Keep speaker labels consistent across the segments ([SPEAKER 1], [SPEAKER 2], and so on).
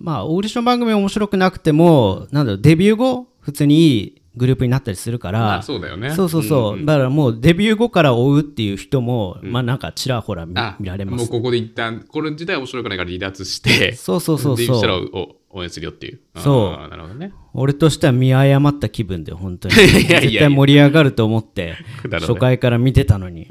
[SPEAKER 1] まあ、オーディション番組面白くなくても、なんだろう、デビュー後、普通にいいグループになったりするから、
[SPEAKER 2] まあそうだよね
[SPEAKER 1] そうそうそう、だからもうデビュー後から追うっていう人も、まあなんかちらほら見
[SPEAKER 2] あ
[SPEAKER 1] 見られま
[SPEAKER 2] もう
[SPEAKER 1] す。
[SPEAKER 2] ここで一旦これ自体面白くないから離脱して
[SPEAKER 1] そうそうそう
[SPEAKER 2] でした
[SPEAKER 1] そ
[SPEAKER 2] ら
[SPEAKER 1] う。
[SPEAKER 2] お応援するよっていうあー
[SPEAKER 1] そう
[SPEAKER 2] なるほどね
[SPEAKER 1] 俺としては見誤った気分で、本当に。
[SPEAKER 2] いやいやいや
[SPEAKER 1] 絶対盛り上がると思って、
[SPEAKER 2] くだらない
[SPEAKER 1] 初回から見てたのに。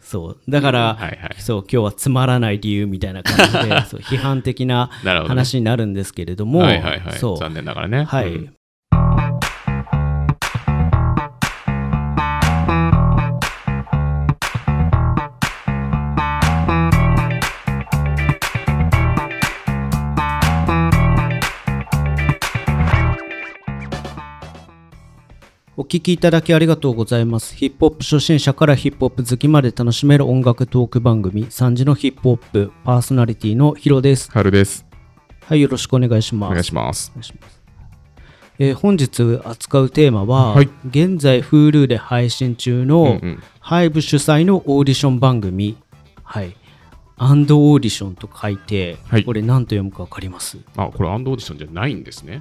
[SPEAKER 1] そう。だから、
[SPEAKER 2] はいはい
[SPEAKER 1] そう、今日はつまらない理由みたいな感じ で、そう批判的な
[SPEAKER 2] なるほどね
[SPEAKER 1] 話になるんですけれども、
[SPEAKER 2] はいはいはい
[SPEAKER 1] そう。
[SPEAKER 2] 残念ながらね
[SPEAKER 1] はい。
[SPEAKER 2] うん
[SPEAKER 1] お聞きいただきありがとうございます。ヒップホップ初心者からヒップホップ好きまで楽しめる音楽トーク番組、3時のヒップホップ、パーソナリティのヒロです。
[SPEAKER 2] カールです
[SPEAKER 1] はい、よろしくお願いします。
[SPEAKER 2] お願いします
[SPEAKER 1] お願いしますえー本日扱うテーマは、
[SPEAKER 2] はい
[SPEAKER 1] 現在 Hulu で配信中の、
[SPEAKER 2] うんうん
[SPEAKER 1] ハイブ主催のオーディション番組「はい、アンドオーディション」と書いて、
[SPEAKER 2] はい
[SPEAKER 1] これ何と読むか分かります
[SPEAKER 2] あこれアンドオーディションじゃないんですね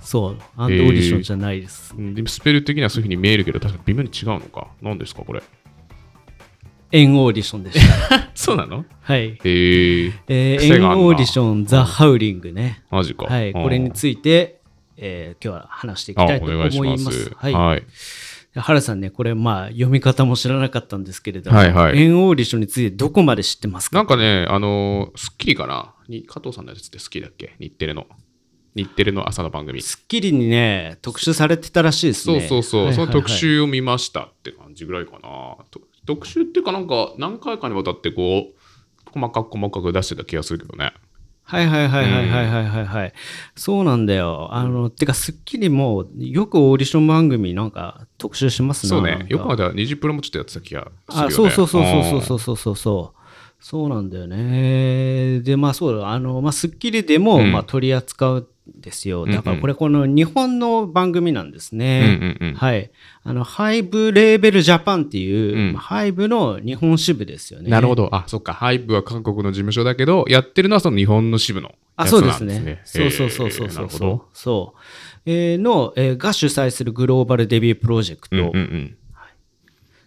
[SPEAKER 1] そうアンドオーディションじゃないです、
[SPEAKER 2] うんでもスペル的にはそういうふうに見えるけど確か微妙に違うのか何ですかこれ
[SPEAKER 1] エンオーディションで した
[SPEAKER 2] そうなの
[SPEAKER 1] はい
[SPEAKER 2] へえ
[SPEAKER 1] えー
[SPEAKER 2] 癖
[SPEAKER 1] エン
[SPEAKER 2] があんな
[SPEAKER 1] オーディションザ・ハウリングね
[SPEAKER 2] マジか
[SPEAKER 1] はいこれに
[SPEAKER 2] つい
[SPEAKER 1] ついて、えー今日は話していきたいと
[SPEAKER 2] お
[SPEAKER 1] 思い
[SPEAKER 2] 願
[SPEAKER 1] ま
[SPEAKER 2] い
[SPEAKER 1] す
[SPEAKER 2] します
[SPEAKER 1] はい、
[SPEAKER 2] はい
[SPEAKER 1] 原さんねこれまあ読み方も知らなかったんですけれども、
[SPEAKER 2] はいはい
[SPEAKER 1] エンオーディションについてどこまで知ってますか
[SPEAKER 2] なんかね、あのー、スッキリかなに加藤さんのやつってスッキリだっけ日テレの。日テレの朝の番組。
[SPEAKER 1] スッキリにね特集されてたらしいです
[SPEAKER 2] そう
[SPEAKER 1] ね
[SPEAKER 2] そうそう、
[SPEAKER 1] はいはい
[SPEAKER 2] そ
[SPEAKER 1] はい
[SPEAKER 2] の特集を見ましたって感じぐらいかな。と特集っていうか、なんか何回かにわたってこう、細かく細かく出してた気がするけどね。
[SPEAKER 1] はいはいはいはいはいはいはいはい、そうなんだよあのてか『スッキリ』もよくオーディション番組なんか特集しますな
[SPEAKER 2] そう
[SPEAKER 1] な
[SPEAKER 2] ね
[SPEAKER 1] ん。か
[SPEAKER 2] よくまだ20プロもちょっとやってた気がするよ
[SPEAKER 1] あ
[SPEAKER 2] ね。
[SPEAKER 1] そうそうそうそうそう
[SPEAKER 2] う
[SPEAKER 1] そうそうそうそうそうなんだよねでまあそうだあの、まあ『スッキリ』でも、
[SPEAKER 2] うん
[SPEAKER 1] まあ、取り扱うんですよ
[SPEAKER 2] んうん
[SPEAKER 1] だからこれこの日本の番組なんです
[SPEAKER 2] ん。うん
[SPEAKER 1] ね、
[SPEAKER 2] うんうん。
[SPEAKER 1] はい、あのハイブレーベルジャパンっていう、
[SPEAKER 2] うん
[SPEAKER 1] まあハイブの日本支部ですよね。
[SPEAKER 2] なるほど。あ、そっか。ハイブは韓国の事務所だけど、やってるのはその日本の支部の
[SPEAKER 1] あ
[SPEAKER 2] やつ
[SPEAKER 1] そうで
[SPEAKER 2] な
[SPEAKER 1] す
[SPEAKER 2] んですね。
[SPEAKER 1] ね。そうそうそうそう
[SPEAKER 2] へーな
[SPEAKER 1] そ
[SPEAKER 2] る
[SPEAKER 1] う
[SPEAKER 2] ほ
[SPEAKER 1] そ
[SPEAKER 2] ど
[SPEAKER 1] う。そうえーの、えーが主催するグローバルデビュープロジェク
[SPEAKER 2] うんう
[SPEAKER 1] ト
[SPEAKER 2] んうん。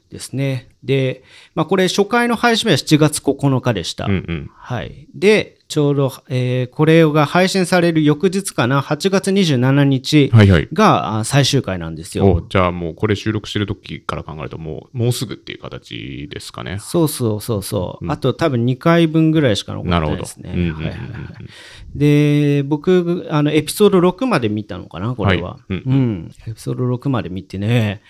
[SPEAKER 1] ですね。で、まあ、これ初回の配信日は7月9日でした。
[SPEAKER 2] うんうん。
[SPEAKER 1] はい、でちょうど、えーこれが配信される翌日かな8月27日
[SPEAKER 2] はいはい。
[SPEAKER 1] が、あ最終回なんですよ。
[SPEAKER 2] おじゃあもうこれ収録してる時から考えるともうもうすぐっていう形ですかね。
[SPEAKER 1] そうそうそうそう、あと多分2回分ぐらいしか残って
[SPEAKER 2] な
[SPEAKER 1] な
[SPEAKER 2] るほ
[SPEAKER 1] い
[SPEAKER 2] ど
[SPEAKER 1] です。
[SPEAKER 2] うん
[SPEAKER 1] ね。
[SPEAKER 2] うんうん
[SPEAKER 1] はいはいはいで僕あのエピソード6まで見たのかなこれは、
[SPEAKER 2] はいうん
[SPEAKER 1] うんエピソード6まで見てね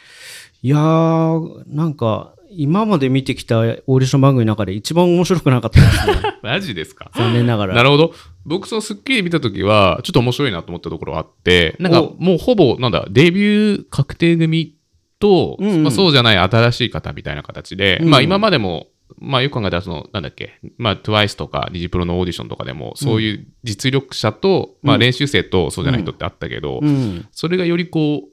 [SPEAKER 1] いやーなんか今まで見てきたオーディション番組の中で一番面白くなかったですね
[SPEAKER 2] マジですか
[SPEAKER 1] 残念ながら
[SPEAKER 2] なるほど。僕、その『スッキリ』見た時は、ちょっと面白いなと思ったところあって、なんか
[SPEAKER 1] お
[SPEAKER 2] もうほぼ、なんだ、デビュー確定組と、
[SPEAKER 1] うんうん
[SPEAKER 2] まあ、そうじゃない新しい方みたいな形で、
[SPEAKER 1] うん
[SPEAKER 2] まあ今までも、まあよく考えたら、その、なんだっけ、まあ TWICE とか、ニジプロのオーディションとかでも、そういう実力者と、まあ練習生と、そうじゃない人ってあったけど、
[SPEAKER 1] うん、
[SPEAKER 2] それがよりこう、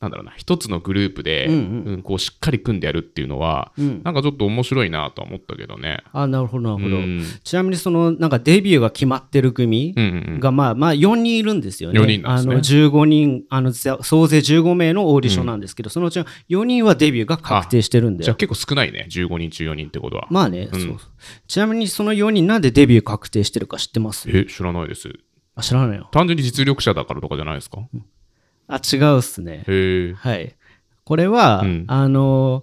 [SPEAKER 2] なんだろうな、一つのグループで、
[SPEAKER 1] うんう
[SPEAKER 2] うんこうしっかり組んでやるっていうのは、
[SPEAKER 1] うん、
[SPEAKER 2] なんかちょっと面白いなとは思ったけどね。
[SPEAKER 1] あなるほどな
[SPEAKER 2] う
[SPEAKER 1] る
[SPEAKER 2] ん
[SPEAKER 1] ほ
[SPEAKER 2] う
[SPEAKER 1] ど、
[SPEAKER 2] ん
[SPEAKER 1] ちなみにそのなんかデビューが決まってる組
[SPEAKER 2] うんうん
[SPEAKER 1] がまあまあ4人いるんですよね。
[SPEAKER 2] 4人なんですね
[SPEAKER 1] あの15人あのざ総勢15名のオーディションなんですけど、そのうちの4人はデビューが確定してるんで
[SPEAKER 2] じゃあ結構少ないね、15人中4人ってことは。
[SPEAKER 1] まあね、そうちなみにその4人なんでデビュー確定してるか知ってます
[SPEAKER 2] え、知らないです。
[SPEAKER 1] あ知らないよ。
[SPEAKER 2] 単純に実力者だからとかじゃないですか。
[SPEAKER 1] あ違うっすね。
[SPEAKER 2] へえ。
[SPEAKER 1] はい。これは、
[SPEAKER 2] うん
[SPEAKER 1] あの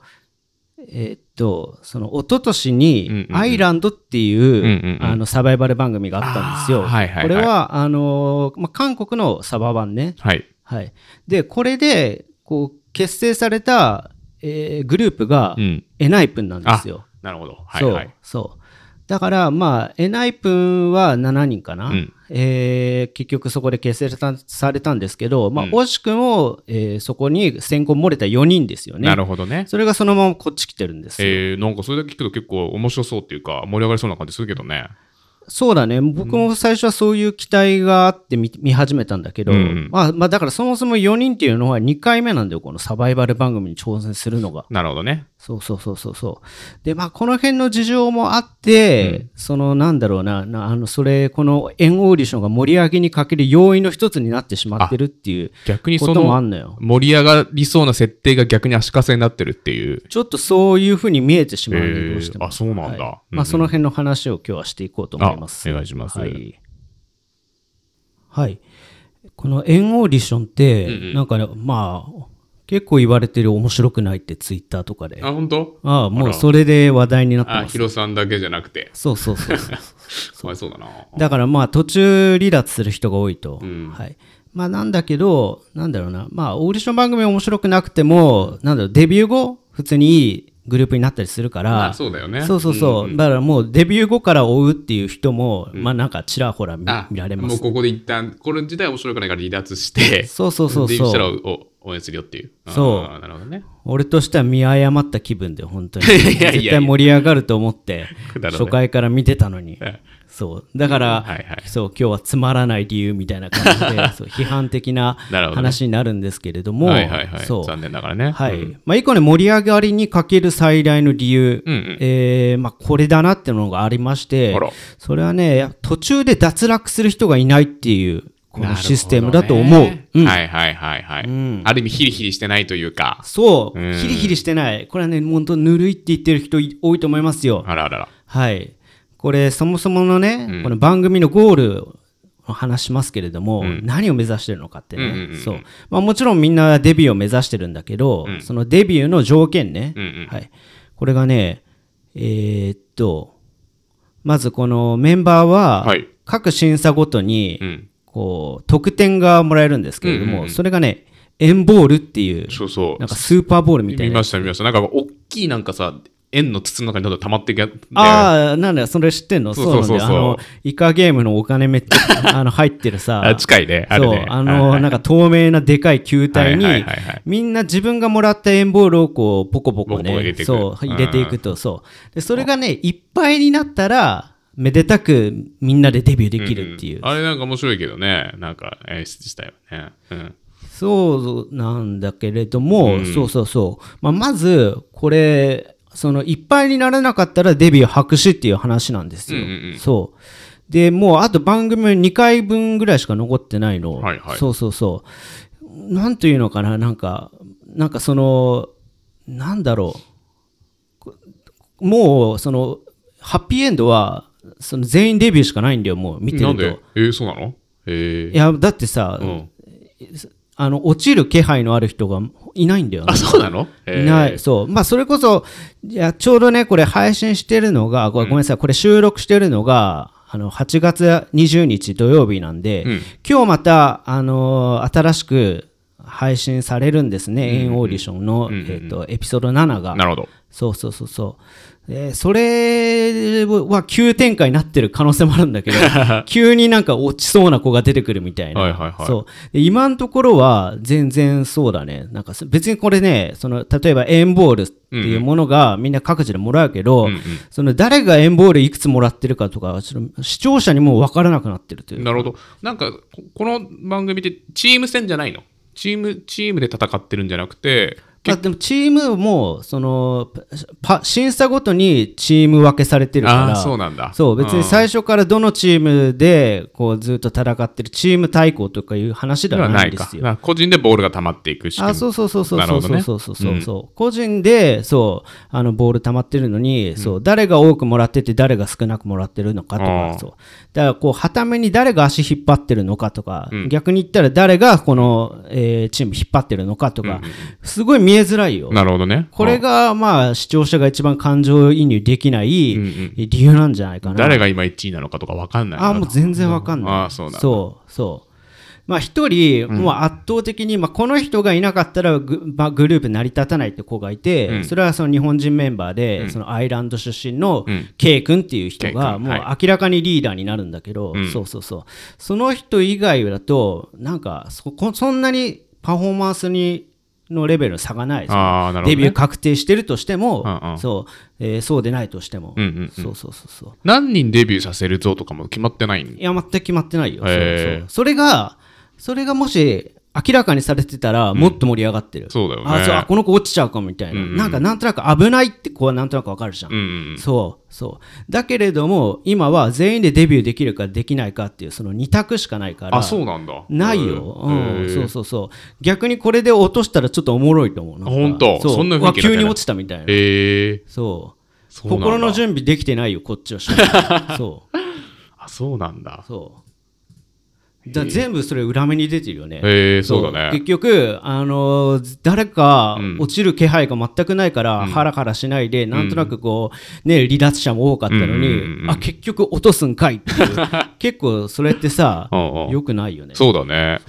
[SPEAKER 1] えーっとその一昨年
[SPEAKER 2] うんうん
[SPEAKER 1] に「
[SPEAKER 2] うん
[SPEAKER 1] アイランド」っていう,、
[SPEAKER 2] うんうんうん
[SPEAKER 1] あのサバイバル番組があったんですよ。
[SPEAKER 2] あーはいはいは
[SPEAKER 1] こ
[SPEAKER 2] い
[SPEAKER 1] れはあの、まあ、韓国のサバ版ね。
[SPEAKER 2] はい。
[SPEAKER 1] はい、でこれでこう結成された、えーグループが
[SPEAKER 2] うん。
[SPEAKER 1] エナイプンなんですよ。
[SPEAKER 2] なるほど。はいはい。
[SPEAKER 1] そうそうだからまあエナイプンは7人かな、
[SPEAKER 2] うん
[SPEAKER 1] えー結局そこで結成さされたんですけど、まあ
[SPEAKER 2] うん
[SPEAKER 1] 惜しくも、えーそこに先行漏れた4人ですよね
[SPEAKER 2] なるほどね。
[SPEAKER 1] それがそのままこっち来てるんですよ、
[SPEAKER 2] えー、なんかそれだけ聞くと結構面白そうっていうか、盛り上がりそうな感じするけどね。
[SPEAKER 1] そうだね僕も最初はそういう期待があって見見始めたんだけど、
[SPEAKER 2] うんうん
[SPEAKER 1] まあまあ、だからそもそも4人っていうのは2回目なんだよこのサバイバル番組に挑戦するのが
[SPEAKER 2] なるほどね。
[SPEAKER 1] そうそうそうそうそう。で、まあ、この辺の事情もあって、その、なんだろうな、なあの、それ、この、円オーディションが盛り上げにかける要因の一つになってしまってるっていう
[SPEAKER 2] 逆に
[SPEAKER 1] こ
[SPEAKER 2] そ
[SPEAKER 1] ともあ
[SPEAKER 2] の
[SPEAKER 1] んのよ。
[SPEAKER 2] 盛り上がりそうな設定が逆に足かせになってるっていう。
[SPEAKER 1] ちょっとそういうふうに見えてしまうね、
[SPEAKER 2] えー
[SPEAKER 1] どうしても。
[SPEAKER 2] あそうな
[SPEAKER 1] はい
[SPEAKER 2] んだうんう
[SPEAKER 1] まあ、
[SPEAKER 2] ん
[SPEAKER 1] その辺の話を今日はしていこうと思います。
[SPEAKER 2] あお願いします
[SPEAKER 1] はい。はい、この円オーディションって、なんかね、まあ、結構言われてる面白くないってツイッターとかで。
[SPEAKER 2] あ、本当？
[SPEAKER 1] ああ、もうそれで話題になって
[SPEAKER 2] あ、
[SPEAKER 1] ます。
[SPEAKER 2] ヒロさんだけじゃなくて。
[SPEAKER 1] そうそうそうそう。
[SPEAKER 2] かわいそうだな。
[SPEAKER 1] だからまあ途中離脱する人が多いと、
[SPEAKER 2] ん
[SPEAKER 1] はいまあ、なんだけどなんだろうな、まあ、オーディション番組面白くなくてもなんだろうデビュー後普通にいいグループになったりするから
[SPEAKER 2] あそうだよね。
[SPEAKER 1] そうそうそうだからもうデビュー後から追うっていう人も、まあなんかちらほら見
[SPEAKER 2] あ
[SPEAKER 1] 見られま
[SPEAKER 2] もう
[SPEAKER 1] す
[SPEAKER 2] ここで一旦、これ自体面白くないから離脱して、
[SPEAKER 1] そうそうそう
[SPEAKER 2] でしたら
[SPEAKER 1] そう
[SPEAKER 2] お応援するよっていう。あー
[SPEAKER 1] そ
[SPEAKER 2] なるほどね。
[SPEAKER 1] 俺としては見誤った気分で本当に
[SPEAKER 2] いやいやいや
[SPEAKER 1] 絶対盛り上がると思って
[SPEAKER 2] くだらない
[SPEAKER 1] 初回から見てたのに
[SPEAKER 2] え
[SPEAKER 1] そうだから、
[SPEAKER 2] はいはい
[SPEAKER 1] そう今日はつまらない理由みたいな感 じでそう批判的な
[SPEAKER 2] なるほどね
[SPEAKER 1] 話になるんですけれども
[SPEAKER 2] はいはいはい。
[SPEAKER 1] そう
[SPEAKER 2] 残念ながらね。
[SPEAKER 1] はい
[SPEAKER 2] うん
[SPEAKER 1] まあ、一個ね盛り上がりにかける最大の理由、
[SPEAKER 2] うんうん
[SPEAKER 1] えーまあ、これだなっていうのがありまして
[SPEAKER 2] あら
[SPEAKER 1] それはね途中で脱落する人がいないっていうこのシステムだと思
[SPEAKER 2] な
[SPEAKER 1] う、
[SPEAKER 2] るほどねはいはいはいはい、ある意味ヒリヒリしてないというか。
[SPEAKER 1] そう、
[SPEAKER 2] うん
[SPEAKER 1] ヒリヒリしてないこれはね本当ぬるいって言ってる人い多いと思いますよ
[SPEAKER 2] あらあらあら。
[SPEAKER 1] はい。これ、そもそものね、この番組のゴールを話しますけれども、何を目指してるのかってね、
[SPEAKER 2] うんうんうん
[SPEAKER 1] そう。まあもちろんみんなデビューを目指してるんだけど、そのデビューの条件ね、
[SPEAKER 2] うんうん
[SPEAKER 1] はい。これがね、えーっと、まずこのメンバーは
[SPEAKER 2] はい、
[SPEAKER 1] 各審査ごとに、
[SPEAKER 2] うん。
[SPEAKER 1] こう、得点がもらえるんですけれども、それがね、エンボールっていう、
[SPEAKER 2] そうそう
[SPEAKER 1] なん。かスーパーボールみたい
[SPEAKER 2] 見
[SPEAKER 1] な
[SPEAKER 2] ました見ました。なんか大きいなんかさ、円の筒の中にどんどん溜まってきゃって。
[SPEAKER 1] ああ、なんだよ、それ知ってんの
[SPEAKER 2] そ
[SPEAKER 1] そうう
[SPEAKER 2] そうそ
[SPEAKER 1] な
[SPEAKER 2] うそう
[SPEAKER 1] んだよ。あの、イカゲームのお金めっちゃあの入ってるさ。
[SPEAKER 2] あ近いね。ある
[SPEAKER 1] そう
[SPEAKER 2] ね。、
[SPEAKER 1] あの、なんか透明なでかい球体に
[SPEAKER 2] はいはいはいはい、
[SPEAKER 1] みんな自分がもらった円ボールをこう、ポコポコ
[SPEAKER 2] ポコポコ入れ
[SPEAKER 1] ね
[SPEAKER 2] て、いく
[SPEAKER 1] そう、入れていくと、そう。で、それがね、いっぱいになったら、めでたくみんなでデビューできるっていう。
[SPEAKER 2] あれなんか面白いけどね。なんか演出したよね。うん。
[SPEAKER 1] そうなんだけれども、そうそうそう。まあ、まず、これ、その、いっぱいにならなかったらデビュー白紙っていう話なんですよ。
[SPEAKER 2] うんうん
[SPEAKER 1] そう。で、もう、あと番組2回分ぐらいしか残ってないの。
[SPEAKER 2] はいはい
[SPEAKER 1] そうそうそう。なんというのかな、なんか、なんかその、なんだろう。こもう、その、ハッピーエンドは、その全員デビューしかないんだよ、もう見てると。
[SPEAKER 2] なんでえー、そうなのえ
[SPEAKER 1] いや、だってさ、
[SPEAKER 2] ー。うん。
[SPEAKER 1] あの落ちる気配のある人がいないんだよね
[SPEAKER 2] あ、。そうなのえー
[SPEAKER 1] いない、そう。まあ、それこそ、いや、ちょうどね、これ配信してるのが、ごめんごめんなさい、これ収録してるのが、あの、8月20日土曜日なんで、
[SPEAKER 2] うん
[SPEAKER 1] 今日また、あのー新しく配信されるんですね、エンオーディションの、えっと、エピソード7が。
[SPEAKER 2] なるほど。
[SPEAKER 1] そうそうそうそう。えーそれは急展開になってる可能性もあるんだ けど、急になんか落ちそうな子が出てくるみたいな。
[SPEAKER 2] はいはいはい
[SPEAKER 1] そうで今のところは全然そうだね。なんかそ別にこれね、その例えばエンボールっていうものがみんな各自でもらうけど、その誰がエンボールいくつもらってるかとか、その視聴者にもう分からなくなってるという。
[SPEAKER 2] なるほど。なんか、ここの番組ってチーム戦じゃないのチーム、チームで戦ってるんじゃなくて、
[SPEAKER 1] まあ、でもチームもそのパ審査ごとにチーム分けされてるから
[SPEAKER 2] ああ、そうなんだ。
[SPEAKER 1] そう別に最初からどのチームでこうずっと戦ってるチーム対抗とかいう話で
[SPEAKER 2] では
[SPEAKER 1] は
[SPEAKER 2] な
[SPEAKER 1] ないん
[SPEAKER 2] い
[SPEAKER 1] で
[SPEAKER 2] か。
[SPEAKER 1] すよ。
[SPEAKER 2] な個人でボールが溜まっていく仕組み
[SPEAKER 1] あそうそうそうそう
[SPEAKER 2] なる
[SPEAKER 1] そ
[SPEAKER 2] ほ
[SPEAKER 1] う
[SPEAKER 2] ど
[SPEAKER 1] そう
[SPEAKER 2] ね
[SPEAKER 1] そうそうそうそう、個人でそうあのボール溜まってるのに、そう誰が多くもらってて誰が少なくもらってるのかと
[SPEAKER 2] あ
[SPEAKER 1] か
[SPEAKER 2] ー
[SPEAKER 1] そうだからこうはために誰が足引っ張ってるのかとか、逆に言ったら誰がこの、えーチーム引っ張ってるのかとか、すごい見えづらいよ。
[SPEAKER 2] なるほどね。
[SPEAKER 1] これが、まあ、視聴者が一番感情移入できない理由なんじゃないかな。
[SPEAKER 2] 誰が今1位なのかとか分かんないな
[SPEAKER 1] あもう全然わかんない。
[SPEAKER 2] あそうなんだ
[SPEAKER 1] そう、そうまあ、一人、もう圧倒的に、まあ、この人がいなかったらグ、まあ、グループ成り立たないって子がいて、それはその日本人メンバーで、そのアイランド出身の K 君っていう人が、
[SPEAKER 2] K 君
[SPEAKER 1] もう
[SPEAKER 2] は
[SPEAKER 1] 明らかにリーダーになるんだけど、そうそうそう。その人以外だと、なんかそこ、そんなにパフォーマンスに、のレベルの差がないですね
[SPEAKER 2] あーなるほどね
[SPEAKER 1] デビュー確定してるとしても、
[SPEAKER 2] うんうん
[SPEAKER 1] そう、えーそうでないとしても、
[SPEAKER 2] うんうん
[SPEAKER 1] そうそうそうそう。
[SPEAKER 2] 何人デビューさせるぞとかも決まってないん
[SPEAKER 1] いや、全く決まってないよ。そう
[SPEAKER 2] へー
[SPEAKER 1] そうそれが、それがもし、明らかにされてたら、もっと盛り上がってる。
[SPEAKER 2] そうだよね
[SPEAKER 1] あ、そう、あこの子落ちちゃうかもみたいな。なんか、なんとなく危ないって子はなんとなくわかるじゃん。
[SPEAKER 2] うんうん
[SPEAKER 1] そう、そう。だけれども、今は全員でデビューできるかできないかっていう、その2択しかないから。
[SPEAKER 2] あそうなんだ
[SPEAKER 1] ないよ、
[SPEAKER 2] へー
[SPEAKER 1] うん、そうそうそう逆にこれで落としたらちょっとおもろいと思うなんか
[SPEAKER 2] あ本当
[SPEAKER 1] そう
[SPEAKER 2] そんな雰囲気
[SPEAKER 1] うわ
[SPEAKER 2] だった
[SPEAKER 1] 急
[SPEAKER 2] ね
[SPEAKER 1] に落ちたみたいな
[SPEAKER 2] へえ
[SPEAKER 1] そう
[SPEAKER 2] そうなんだ
[SPEAKER 1] 心の準備できてないよこっちは そう
[SPEAKER 2] あそうなんだ
[SPEAKER 1] そうだから全部それ裏目に出てるよね
[SPEAKER 2] へえそうだね
[SPEAKER 1] 結局、あのー誰か
[SPEAKER 2] うん
[SPEAKER 1] 落ちる気配が全くないから、ハラハラしないで、なんとなくこう、ね、離脱者も多かったのに、
[SPEAKER 2] うんうんうんうん
[SPEAKER 1] あ結局落とすんかいって いう結構それってさ
[SPEAKER 2] うんうん
[SPEAKER 1] よくないよね
[SPEAKER 2] そうだね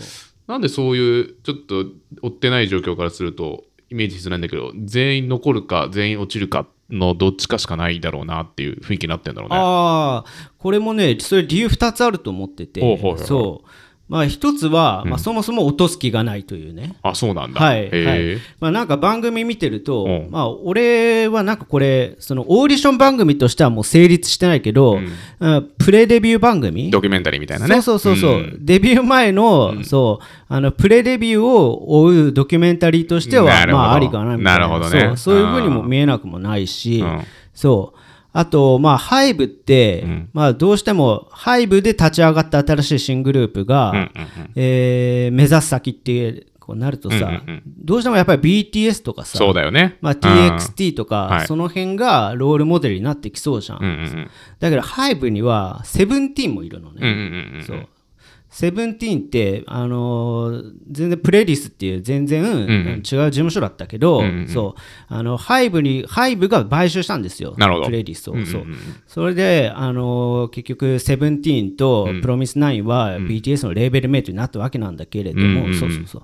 [SPEAKER 2] なんでそういうちょっと追ってない状況からするとイメージしづらいんだけど全員残るか全員落ちるかのどっちかしかないだろうなっていう雰囲気になってんだろうね
[SPEAKER 1] ああ、これもね、それ理由2つあると思ってて
[SPEAKER 2] ほうほうほう、
[SPEAKER 1] そう。まあ1つは、まあそもそも落とす気がないというね。
[SPEAKER 2] あそうなんだ
[SPEAKER 1] はい、はい
[SPEAKER 2] へえ
[SPEAKER 1] まあ、なんか番組見てると、
[SPEAKER 2] うん
[SPEAKER 1] まあ、俺はなんかこれそのオーディション番組としてはもう成立してないけど、うんプレデビュー番組
[SPEAKER 2] ドキュメンタリーみたいなね
[SPEAKER 1] そうそうそうそう、
[SPEAKER 2] ん
[SPEAKER 1] デビュー前の、そうあのプレデビューを追うドキュメンタリーとしては
[SPEAKER 2] なる
[SPEAKER 1] ま
[SPEAKER 2] ほど
[SPEAKER 1] あありかなみたいな
[SPEAKER 2] なるほどね
[SPEAKER 1] そうそういうふうにも見えなくもないし、
[SPEAKER 2] うん
[SPEAKER 1] そうあとまあハイブって、まあどうしてもハイブで立ち上がった新しい新グループが、
[SPEAKER 2] うんうんうん
[SPEAKER 1] えー目指す先ってこうなるとさ、どうしてもやっぱり BTS とかさ
[SPEAKER 2] そうだよね
[SPEAKER 1] まあ、
[SPEAKER 2] うん
[SPEAKER 1] TXT と
[SPEAKER 2] は
[SPEAKER 1] か
[SPEAKER 2] い
[SPEAKER 1] その辺がロールモデルになってきそうじゃん、
[SPEAKER 2] うんうん
[SPEAKER 1] だけどハイブにはセブンティーンもいるのね、
[SPEAKER 2] うんうんうんうん
[SPEAKER 1] そうセブンティーンって、あのー全然プレリスっていう全然、違う事務所だったけど、そうあのハイブにハイブが買収したんですよ
[SPEAKER 2] なるほど
[SPEAKER 1] プレリスを、そうそれで、あのー結局セブンティーンとプロミスナインは BTS のレーベルメイトになったわけなんだけれども、そうそうそう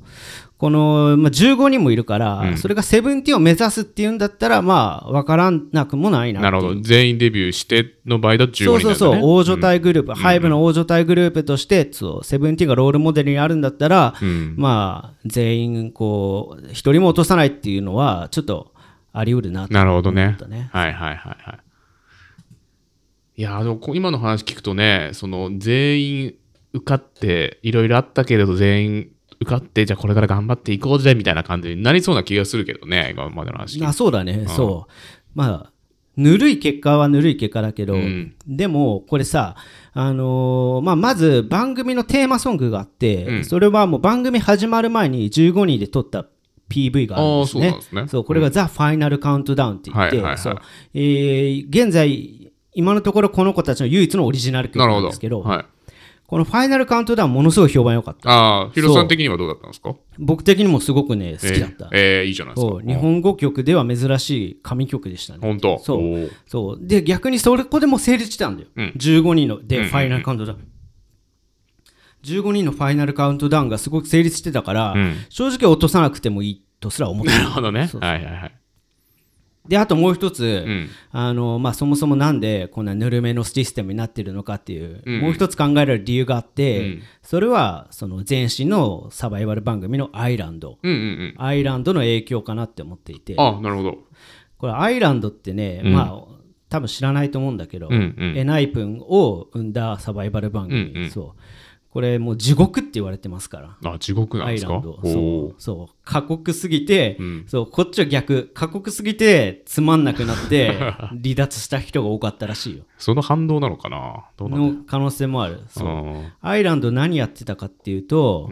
[SPEAKER 1] この、まあ、15人もいるから、それがセブンティーンを目指すっていうんだったらまあ分からなくもないな
[SPEAKER 2] なるほど全員デビューしての場合だと15人
[SPEAKER 1] そうそうそう、
[SPEAKER 2] なんだね
[SPEAKER 1] 大所帯グループ、ハイブの大所帯グループとして、そう、セブンティーンがロールモデルにあるんだったら、まあ、全員、こう、一人も落とさないっていうのは、ちょっとあり得るなと
[SPEAKER 2] なるほど
[SPEAKER 1] 思
[SPEAKER 2] ね
[SPEAKER 1] ったね。
[SPEAKER 2] はいはいはいはい。いやーでもこ今の話聞くとね、その全員受かって、いろいろあったけれど、全員受かって、じゃあこれから頑張っていこうぜみたいな感じになりそうな気がするけどね、今までの話聞いて。
[SPEAKER 1] あそうだね、そう。まあ、ぬるい結果はぬるい結果だけど、
[SPEAKER 2] うん
[SPEAKER 1] でも、これさ、あのーまあ、まず番組のテーマソングがあって、それはもう番組始まる前に15人で撮った PV があるんです
[SPEAKER 2] あーそう
[SPEAKER 1] ね
[SPEAKER 2] なん。ですね
[SPEAKER 1] そうこれが「ザ・ファイナル・カウントダウン」って言って、
[SPEAKER 2] はいはいはい
[SPEAKER 1] そうえー現在、今のところこの子たちの唯一のオリジナル曲
[SPEAKER 2] なる
[SPEAKER 1] な
[SPEAKER 2] ほ
[SPEAKER 1] ん
[SPEAKER 2] ど。
[SPEAKER 1] ですけど、
[SPEAKER 2] はい、
[SPEAKER 1] この「ファイナル・カウントダウン」ものすごい評判良かった。
[SPEAKER 2] ああ、ヒロさん的にはどうだったんですか
[SPEAKER 1] 僕的にもすごくね、好きだった。
[SPEAKER 2] えーえーいいじゃないですか
[SPEAKER 1] そう。日本語曲では珍しい神曲でしたね。
[SPEAKER 2] 本当。
[SPEAKER 1] そう
[SPEAKER 2] おー
[SPEAKER 1] そうで逆にそれここでもう成立してたんだよ、
[SPEAKER 2] うん
[SPEAKER 1] 15人のでファイナルカウントダウン、15人のファイナルカウントダウンがすごく成立してたから、
[SPEAKER 2] うん
[SPEAKER 1] 正直落とさなくてもいいとすら思って
[SPEAKER 2] なるほどね。はいはいはい。
[SPEAKER 1] であともう一つ、
[SPEAKER 2] うん。
[SPEAKER 1] あのまあ、そもそもなんでこんなぬるめのシステムになってるのかっていう、もう一つ考えられる理由があって、それはその前身のサバイバル番組の「アイランド」
[SPEAKER 2] うんうん
[SPEAKER 1] アイランドの影響かなって思っていて
[SPEAKER 2] うん。あなるほど。
[SPEAKER 1] これアイランドってね、まあ多分知らないと思うんだけど、
[SPEAKER 2] うんうん
[SPEAKER 1] エナイプンを生んだサバイバル番組、そうこれもう地獄って言われてますから
[SPEAKER 2] あ、地獄なん
[SPEAKER 1] ア
[SPEAKER 2] で
[SPEAKER 1] イ
[SPEAKER 2] す
[SPEAKER 1] ラ
[SPEAKER 2] か
[SPEAKER 1] ン
[SPEAKER 2] お
[SPEAKER 1] ド
[SPEAKER 2] お
[SPEAKER 1] そうそう過酷すぎて、そうこっちは逆過酷すぎてつまんなくなって 離脱した人が多かったらしいよ
[SPEAKER 2] その反動なのかなどうなんだ
[SPEAKER 1] の可能性もあるそう
[SPEAKER 2] ろ
[SPEAKER 1] アイランド何やってたかっていうと、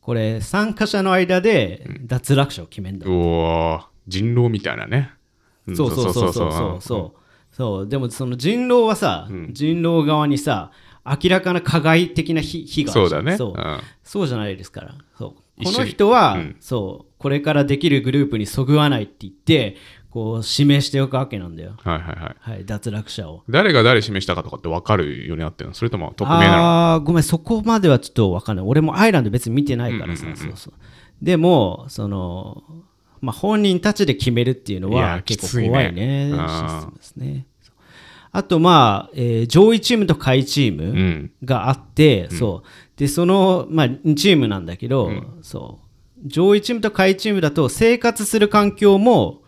[SPEAKER 1] これ参加者の間で脱落者を決めるんだ
[SPEAKER 2] うおー人狼みたいなね。ん
[SPEAKER 1] そうそうそうそうそうそうそうでもその人狼はさ、人狼側にさ明らかな加害的な非非があ
[SPEAKER 2] そ
[SPEAKER 1] る
[SPEAKER 2] うだね。
[SPEAKER 1] そううんそうじゃないですからそう
[SPEAKER 2] 一緒
[SPEAKER 1] こ
[SPEAKER 2] に
[SPEAKER 1] の人は、
[SPEAKER 2] うん
[SPEAKER 1] そうこれからできるグループにそぐわないって言ってこう指名しておくわけなんだよ、
[SPEAKER 2] はいはいはい。
[SPEAKER 1] はい、脱落者を
[SPEAKER 2] 誰が誰示したかとかって分かるようになってるのそれとも匿名なの
[SPEAKER 1] ああーごめんそこまではちょっと分かんない俺もアイランド別に見てないからさ、そうそうでもそのまあ本人たちで決めるっていうの
[SPEAKER 2] いや
[SPEAKER 1] は
[SPEAKER 2] き
[SPEAKER 1] 結
[SPEAKER 2] つい
[SPEAKER 1] 構
[SPEAKER 2] ね
[SPEAKER 1] 怖いね
[SPEAKER 2] うん
[SPEAKER 1] システムですねそうあとまあ、えー上位チームと下位チーム、
[SPEAKER 2] うん。
[SPEAKER 1] があって、そうでその、まあ、2チームなんだけど、そう上位チームと下位チームだと生活する環境も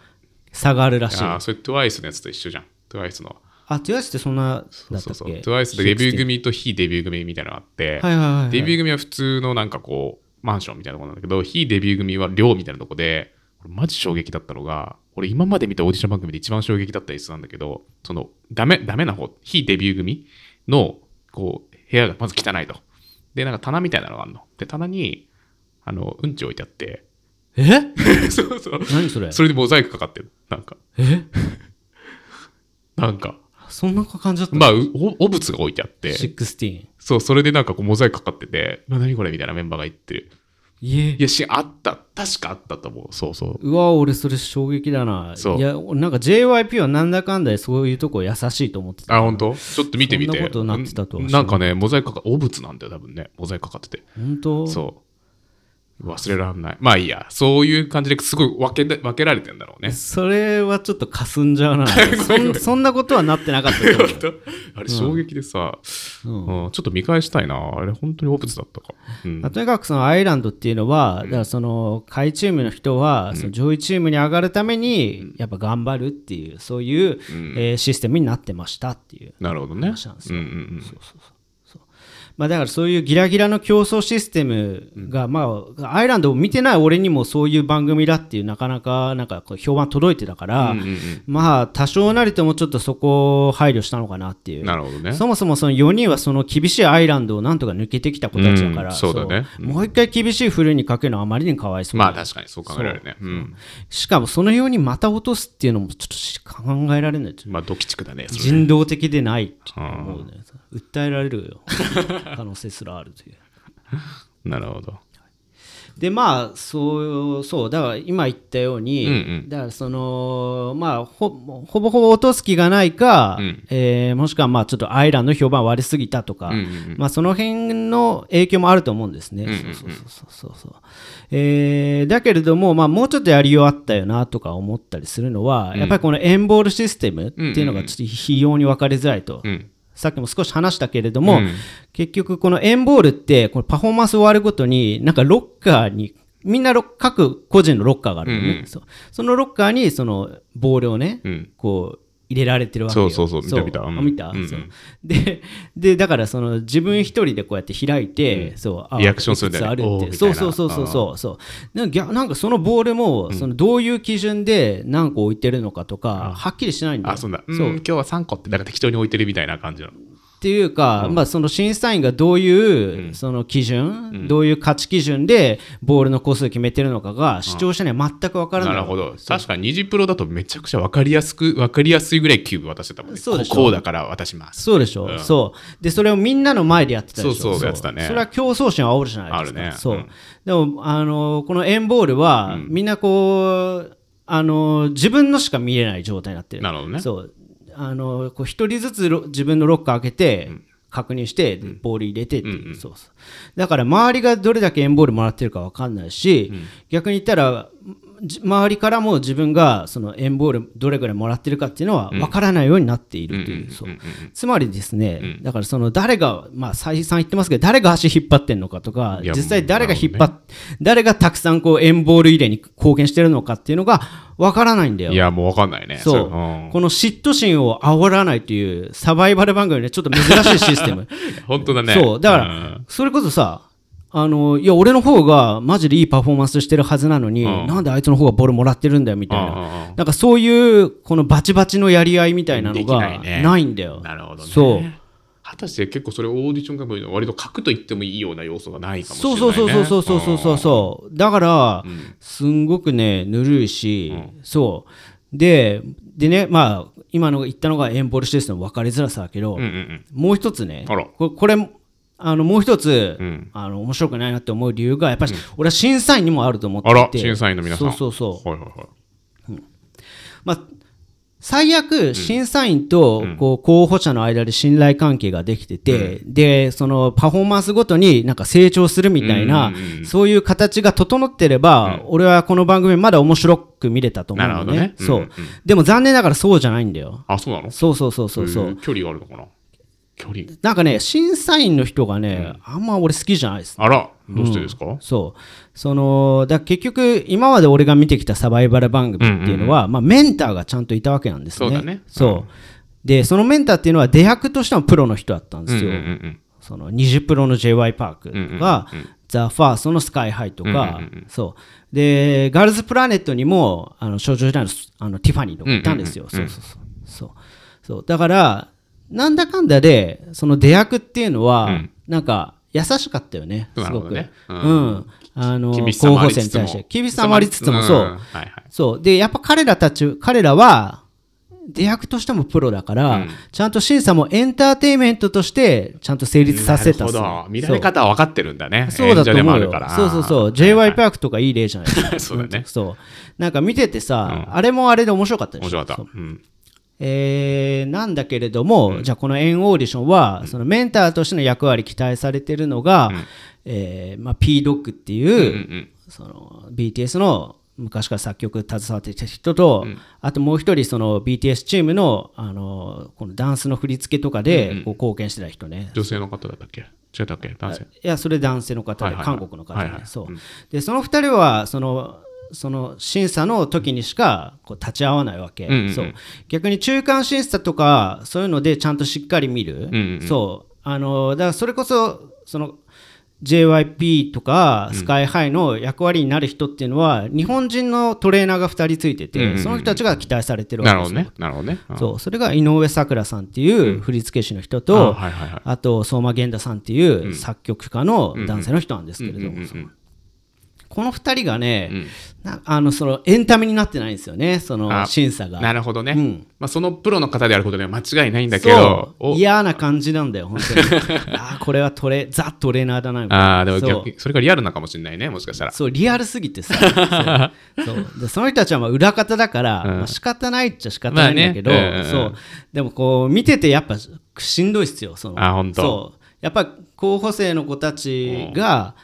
[SPEAKER 1] 差があるらしい
[SPEAKER 2] ああ、それ TWICE のやつと一緒じゃん。TWICE の。
[SPEAKER 1] あ手足ってそんなだった
[SPEAKER 2] そう
[SPEAKER 1] っ
[SPEAKER 2] そう。
[SPEAKER 1] け
[SPEAKER 2] TWICE でデビュー組と非デビュー組みたいなのがあって、
[SPEAKER 1] はいはいはいはい
[SPEAKER 2] デビュー組は普通のなんかこう、マンションみたいなとこなんだけど、非デビュー組は寮みたいなとこで、これマジ衝撃だったのが、俺今まで見たオーディション番組で一番衝撃だった演出なんだけど、その、ダメ、ダメな方、非デビュー組の、こう、部屋がまず汚いと。で、なんか棚みたいなのがあるの。で、棚に、あの、うんち置いてあって、
[SPEAKER 1] え
[SPEAKER 2] そうそう。
[SPEAKER 1] 何それ
[SPEAKER 2] それでモザイクかかってる。なんか、
[SPEAKER 1] え
[SPEAKER 2] なんか、
[SPEAKER 1] そんな感じだった
[SPEAKER 2] まあ、うお物が置いてあって、
[SPEAKER 1] 16
[SPEAKER 2] そう、それでなんかこうモザイクかかってて、まあ、何これみたいなメンバーが言ってる。
[SPEAKER 1] いえ
[SPEAKER 2] いや、し、あった。確かあったと思う。そうそう。
[SPEAKER 1] うわ俺それ衝撃だな
[SPEAKER 2] そう
[SPEAKER 1] いやなんか JYP はなんだかんだでそういうとこ優しいと思ってた
[SPEAKER 2] あ、本当？ちょっと見てみて。
[SPEAKER 1] そんなことなってたとは
[SPEAKER 2] んなんかね、モザイクかか、汚物なんだよ、多分ね。モザイクかかってて。
[SPEAKER 1] 本当
[SPEAKER 2] そう。忘れらんない。まあいいや。そういう感じですごい分けで分けられてんだろうね。
[SPEAKER 1] それはちょっとかすんじゃう なそん そんなことはなってなかったと思う
[SPEAKER 2] あれ、衝撃でさ、うんちょっと見返したいな。あれ、本当に汚物だったか。うん
[SPEAKER 1] まあとにかくそのアイランドっていうのは、だからその下位チームの人はその上位チームに上がるためにやっぱ頑張るっていうそういう、えーシステムになってましたっていう
[SPEAKER 2] なるほどね。
[SPEAKER 1] なんです
[SPEAKER 2] う
[SPEAKER 1] よ
[SPEAKER 2] んうんうん。
[SPEAKER 1] まあ、だからそういうギラギラの競争システムが、まあ、アイランドを見てない俺にもそういう番組だっていうなかなかなんかこう評判届いてたから、まあ多少なりともちょっとそこを配慮したのかなっていう。
[SPEAKER 2] なるほどね。
[SPEAKER 1] そもそもその4人はその厳しいアイランドをなんとか抜けてきた子たちだから、
[SPEAKER 2] うんそうだね
[SPEAKER 1] そうもう一回厳しいふるいにかけるのはあまりにかわいそう、
[SPEAKER 2] まあ確かにそう考えられるね。うん。
[SPEAKER 1] しかもそのようにまた落とすっていうのもちょっとし考えられない
[SPEAKER 2] まあ、ドキチクだね。それ
[SPEAKER 1] 人道的でないって思うね訴えられる よ可能性すらあるという
[SPEAKER 2] なるほど。
[SPEAKER 1] でまあそうそうだから今言ったように、だからそのまあほほぼほぼ落とす気がないか、えーもしくはまあちょっとアイランドの評判悪すぎたとか、まあ、その辺の影響もあると思うんですね。そうそうそうそうそうえーだけれども、まあ、もうちょっとやりようあったよなとか思ったりするのは、やっぱりこのエンボールシステムっていうのがちょっと非常に分かりづらいと、
[SPEAKER 2] ん
[SPEAKER 1] さっきも少し話したけれども、結局このエンボールってこのパフォーマンス終わるごとになんかロッカーにみんなロッ各個人のロッカーがあるよね、そうそのロッカーにそのボールをね、
[SPEAKER 2] ん
[SPEAKER 1] こう入れられてるわけよ
[SPEAKER 2] そうそうそう見た見たうん
[SPEAKER 1] あ見た、そうででだからその自分一人でこうやって開いて、そうあ
[SPEAKER 2] リアクションするんだ
[SPEAKER 1] い
[SPEAKER 2] よね
[SPEAKER 1] くつあ
[SPEAKER 2] おー
[SPEAKER 1] るって
[SPEAKER 2] みたい
[SPEAKER 1] そう
[SPEAKER 2] な
[SPEAKER 1] そうそうそうそうそうなんか逆なんかそのボールもそのどういう基準で何個置いてるのかとか、はっきりしないんだよ
[SPEAKER 2] あ、そうだ。うん、今日は3個って、なんか適当に置いてるみたいな感じなの。
[SPEAKER 1] っていうか、まあ、その審査員がどういう、その基準、どういう価値基準でボールの個数決めてるのかが視聴者には全く分からない、
[SPEAKER 2] なるほど。確かに二次プロだとめちゃくちゃ分かりやすく、分かりやすいぐらいキューブ渡してたもんね。
[SPEAKER 1] そうでしょ
[SPEAKER 2] ここうだから渡します。
[SPEAKER 1] そうでしょ、そうでそれをみんなの前でやってたでしょ
[SPEAKER 2] そうそうやってたね
[SPEAKER 1] それは競争心を煽るじゃないですか
[SPEAKER 2] あるね
[SPEAKER 1] そう、
[SPEAKER 2] うん
[SPEAKER 1] でもあのこのエンボールは、みんなこうあの自分のしか見れない状態になってる
[SPEAKER 2] なるほどね
[SPEAKER 1] そうあのこう一人ずつロ自分のロッカー開けて、確認してボール入れてっていうそうそうだから周りがどれだけエンボールもらってるか分かんないし、逆に言ったらじ周りからも自分がそのエンボールどれぐらいもらってるかっていうのは分からないようになっているという,、そうつまりですね、だからその誰が、まあ、再三言ってますけど誰が足引っ張ってるのかとか
[SPEAKER 2] いや
[SPEAKER 1] 実際誰が引っ張っ、誰がたくさんこうエンボール入れに貢献してるのかっていうのが分からないんだよ
[SPEAKER 2] い。や、もう分かんないね。
[SPEAKER 1] そう
[SPEAKER 2] れん
[SPEAKER 1] この嫉妬心を煽らないというサバイバル番組でちょっと珍しいシステム。
[SPEAKER 2] 本 当だね。
[SPEAKER 1] そう、だか
[SPEAKER 2] ん
[SPEAKER 1] ら、それこそさ、あのいや俺の方がマジでいいパフォーマンスしてるはずなのに、なんであいつの方がボールもらってるんだよみたい
[SPEAKER 2] うんうん
[SPEAKER 1] な、なんかそういうこのバチバチのやり合いみたいなの
[SPEAKER 2] できな
[SPEAKER 1] が
[SPEAKER 2] いね
[SPEAKER 1] ないんだよ。
[SPEAKER 2] なるほどね。
[SPEAKER 1] そう
[SPEAKER 2] 果たして結構それオーディション番組の割と核と言ってもいいような要素がないかもしれ
[SPEAKER 1] そ
[SPEAKER 2] な
[SPEAKER 1] う
[SPEAKER 2] い、ね。
[SPEAKER 1] そうそうそうそうそうそうそうだから、すんごくねぬるいし、そうででねまあ今の言ったのがエンボルシステムの分かりづらさだけど、
[SPEAKER 2] うん。うんうんうん。
[SPEAKER 1] もう一つね
[SPEAKER 2] あら
[SPEAKER 1] ここれあのもう一つ、
[SPEAKER 2] ん
[SPEAKER 1] あの面白くないなって思う理由がやっぱり、俺は審査員にもあると思ってい
[SPEAKER 2] あ
[SPEAKER 1] て
[SPEAKER 2] ら、審査員の皆さん。
[SPEAKER 1] そうそうそう
[SPEAKER 2] はいはいはい。
[SPEAKER 1] まあ、最悪、審査員とこう候補者の間で信頼関係ができてて、でそのパフォーマンスごとになんか成長するみたいな、そういう形が整ってれば、俺はこの番組、まだ面白く見れたと思うの
[SPEAKER 2] なるほどね
[SPEAKER 1] そうでも残念ながらそうじゃないんだよ。
[SPEAKER 2] あ、そうなの
[SPEAKER 1] そうそうそうそうそう、
[SPEAKER 2] へー距離があるのかな距離。
[SPEAKER 1] なんかね、審査員の人がね、あんま俺好きじゃないです。
[SPEAKER 2] あら、どうしてですか、
[SPEAKER 1] そうそのだから結局、今まで俺が見てきたサバイバル番組っていうのは、まあ、メンターがちゃんといたわけなんですね。
[SPEAKER 2] そうだね
[SPEAKER 1] そうでそのメンターっていうのは出役としてもプロの人だったんですよ。
[SPEAKER 2] うんうんうん。
[SPEAKER 1] その20プロの j y パークがザ・ファーストのスカイハイとか、
[SPEAKER 2] うんうん
[SPEAKER 1] そう。で、ガールズプラネットにも、あの、少女時代のスあのティファニーとかいたんですよ。
[SPEAKER 2] うんうんうんうん
[SPEAKER 1] そうそうそう。そう。そう。だから、なんだかんだで、その出役っていうのは、
[SPEAKER 2] うん
[SPEAKER 1] なんか、優しかったよね。す
[SPEAKER 2] なる
[SPEAKER 1] ご
[SPEAKER 2] ほど
[SPEAKER 1] く。
[SPEAKER 2] ね
[SPEAKER 1] う。
[SPEAKER 2] うんん
[SPEAKER 1] あの、
[SPEAKER 2] 厳しさ
[SPEAKER 1] 候
[SPEAKER 2] もあ
[SPEAKER 1] 補
[SPEAKER 2] り
[SPEAKER 1] 生
[SPEAKER 2] つ
[SPEAKER 1] に
[SPEAKER 2] つも
[SPEAKER 1] 対して。厳しさもありつつも、そ
[SPEAKER 2] ん
[SPEAKER 1] う。
[SPEAKER 2] はいはい
[SPEAKER 1] そう。で、やっぱ彼らたち、彼らは、出役としてもプロだから、
[SPEAKER 2] うん
[SPEAKER 1] ちゃんと審査もエンターテインメントとして、ちゃんと成立させた
[SPEAKER 2] な
[SPEAKER 1] っ
[SPEAKER 2] る
[SPEAKER 1] す
[SPEAKER 2] ほ
[SPEAKER 1] ね
[SPEAKER 2] ど見られ方は分かってるんだね
[SPEAKER 1] そうだと
[SPEAKER 2] 演者でも
[SPEAKER 1] 思
[SPEAKER 2] あ
[SPEAKER 1] う
[SPEAKER 2] る
[SPEAKER 1] よ
[SPEAKER 2] から。
[SPEAKER 1] そうそうそう。
[SPEAKER 2] はいはい
[SPEAKER 1] J.Y. パークとかいい例じゃないですか。
[SPEAKER 2] そうだね
[SPEAKER 1] そう。なんか見ててさ、あれもあれで面白かったでしょ
[SPEAKER 2] 面白かった
[SPEAKER 1] そう
[SPEAKER 2] うん
[SPEAKER 1] えーなんだけれども、じゃあこのエンオーディションは、そのメンターとしての役割期待されてるのが、えーまあ、P-DOC っていう、
[SPEAKER 2] うんうん
[SPEAKER 1] その BTS の昔から作曲携わってきた人と、あともう一人その BTS チームのあのこのダンスの振り付けとかでこう貢献してた人ね、
[SPEAKER 2] 女性の方だったっけ違ったっけ男性
[SPEAKER 1] いやそれ男性の方
[SPEAKER 2] は
[SPEAKER 1] で
[SPEAKER 2] いはい
[SPEAKER 1] 韓国の方
[SPEAKER 2] はい
[SPEAKER 1] で
[SPEAKER 2] はい
[SPEAKER 1] そううでその2人はそのその審査の時にしかこう立ち会わないわけ、
[SPEAKER 2] うんうんうん
[SPEAKER 1] そう逆に中間審査とかそういうのでちゃんとしっかり見る、
[SPEAKER 2] んうん
[SPEAKER 1] そうあのだからそれこそその JYP とかスカイハイの役割になる人っていうのは日本人のトレーナーが2人ついてて、
[SPEAKER 2] うんうんうん
[SPEAKER 1] その人たちが期待されてるわ
[SPEAKER 2] な
[SPEAKER 1] け
[SPEAKER 2] る
[SPEAKER 1] で
[SPEAKER 2] ほ
[SPEAKER 1] す
[SPEAKER 2] ど
[SPEAKER 1] よ
[SPEAKER 2] ねなるほどねうん
[SPEAKER 1] そうそれが井上咲楽さんっていう振付師の人と、
[SPEAKER 2] あはいはいはい
[SPEAKER 1] あと相馬源太さんっていう作曲家の男性の人なんですけれども、この2人がね、なあのそのエンタメになってないんですよねその
[SPEAKER 2] あ
[SPEAKER 1] 審査が。
[SPEAKER 2] なるほどね、
[SPEAKER 1] うん
[SPEAKER 2] まあ、そのプロの方であることには間違いないんだけ
[SPEAKER 1] そ
[SPEAKER 2] ど
[SPEAKER 1] う
[SPEAKER 2] お
[SPEAKER 1] 嫌な感じなんだよ、本当に。 あーこれはトレザ・トレーナーだなみたいな
[SPEAKER 2] あーでも
[SPEAKER 1] そう
[SPEAKER 2] 逆にそれがリアルなのかもしれないねもしかしたら
[SPEAKER 1] そうリアルすぎてさそうそうでその人たちはまあ裏方だから、
[SPEAKER 2] うん
[SPEAKER 1] まあ仕方ないっちゃ仕方ないんだけど、
[SPEAKER 2] まあねうんうん
[SPEAKER 1] そうでもこう見ててやっぱしんどいっすよその
[SPEAKER 2] あ本当
[SPEAKER 1] そうやっぱ候補生の子たちが、